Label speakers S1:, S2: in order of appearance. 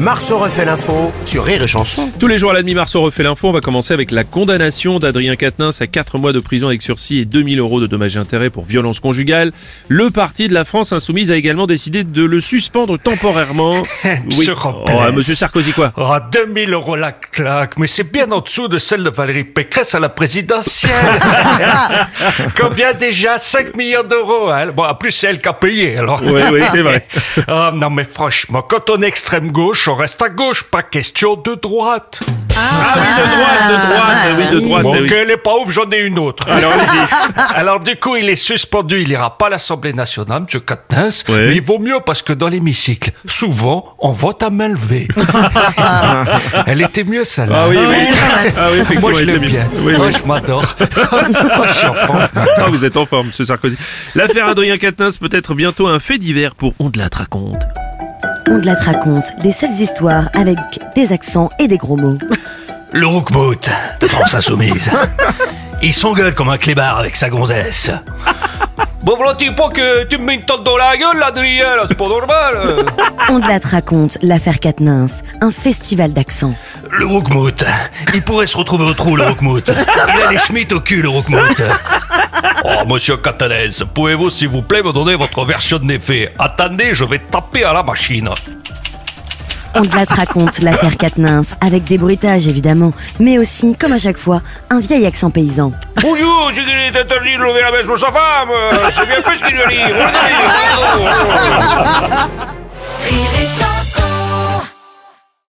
S1: Marceau refait l'info sur Rire et Chanson.
S2: Tous les jours à la demi-mars, on refait l'info. On va commencer avec la condamnation d'Adrien Quatennens à 4 mois de prison avec sursis et 2000 euros de dommages et intérêts pour violence conjugale. Le parti de la France Insoumise a également décidé de le suspendre temporairement.
S3: Monsieur Robles.
S2: Oh, Monsieur Sarkozy, quoi
S3: Ah, 2000 euros la claque, mais c'est bien en dessous de celle de Valérie Pécresse à la présidentielle. Combien déjà 5 millions d'euros. Hein bon, en plus, c'est elle qui a payé, alors.
S2: Oui, oui, c'est vrai.
S3: Ah, non, mais franchement, quand on est extrême gauche, on reste à gauche, pas question de droite.
S2: Ah oui, de droite, de droite, ah oui, de droite.
S3: Bon,
S2: ah oui.
S3: qu'elle est pas ouf, j'en ai une autre. Alors, Alors, du coup, il est suspendu, il ira pas à l'Assemblée nationale, monsieur Quatennens,
S2: Ouais.
S3: mais il vaut mieux parce que dans l'hémicycle, souvent, on vote à main levée. Elle était mieux, celle-là.
S2: Ah oui, oui. Ah oui, effectivement,
S3: Moi, je
S2: il
S3: l'aime
S2: l'a mis.
S3: bien.
S2: Oui,
S3: Moi,
S2: oui.
S3: je m'adore. Moi, je suis enfant.
S2: Ah, vous êtes en forme, Monsieur Sarkozy. L'affaire Adrien Quatennens peut être bientôt un fait divers pour On de la raconte.
S4: On te la te raconte, les seules histoires avec des accents et des gros mots.
S5: Le Roukmout de France Insoumise. Il s'engueule comme un clébard avec sa gonzesse.
S3: Bon, voilà, tu pas que tu me mets une tente dans la gueule, Adrien, là, c'est pas normal.
S4: On te la te raconte, l'affaire Katnins, un festival d'accents.
S5: Le Roukmout. Il pourrait se retrouver au trou, le Roukmout. Il a les schmitts au cul, le Roukmout.
S3: Oh, monsieur Catanès, pouvez-vous, s'il vous plaît, me donner votre version de l'effet Attendez, je vais taper à la machine.
S4: On te la te raconte, l'affaire Katnins, avec des bruitages évidemment, mais aussi, comme à chaque fois, un vieil accent paysan.
S3: Bonjour, c'est qu'il est interdit de lever la baisse pour sa femme. C'est bien fait ce qu'il lui arrive.